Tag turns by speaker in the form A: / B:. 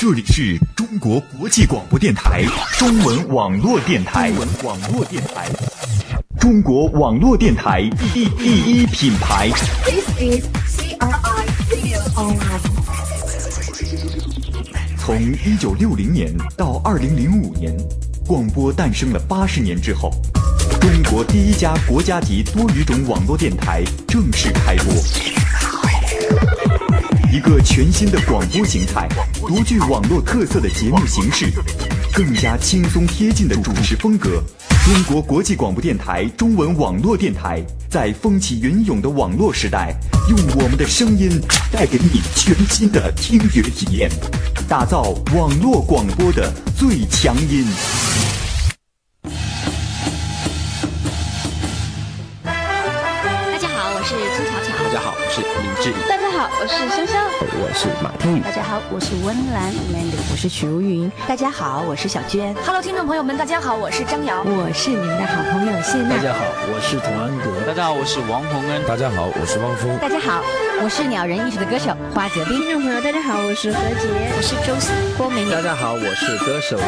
A: 这里是中国国际广播电台中文网络电台，中文网络电台，中国网络电台第第一品牌。
B: This is CRI Radio Online.
A: 从一九六零年到二零零五年，广播诞生了八十年之后，中国第一家国家级多语种网络电台正式开播。一个全新的广播形态，独具网络特色的节目形式，更加轻松贴近的主持风格。中国国际广播电台中文网络电台，在风起云涌的网络时代，用我们的声音带给你全新的听觉体验，打造网络广播的最强音。
C: 大家好，我是朱巧巧。
D: 大家好，我是林志颖，
E: 大家好，我是潇潇。
D: 我是马天宇。
F: 大家好，我是温岚 Mandy，我是许茹芸。大家好，我是小娟，
E: Hello，听众朋友们，大家好，我是张瑶。
F: 我是你们的好朋友谢娜。
G: 大家好，我是童安格。
H: 大家好，我是王洪恩。
D: 大家好，我是汪峰。
F: 大家好，我是鸟人艺术的歌手花泽斌。
E: 听众朋友，大家好，我是何洁，我是周思。
D: 大家好，我是歌手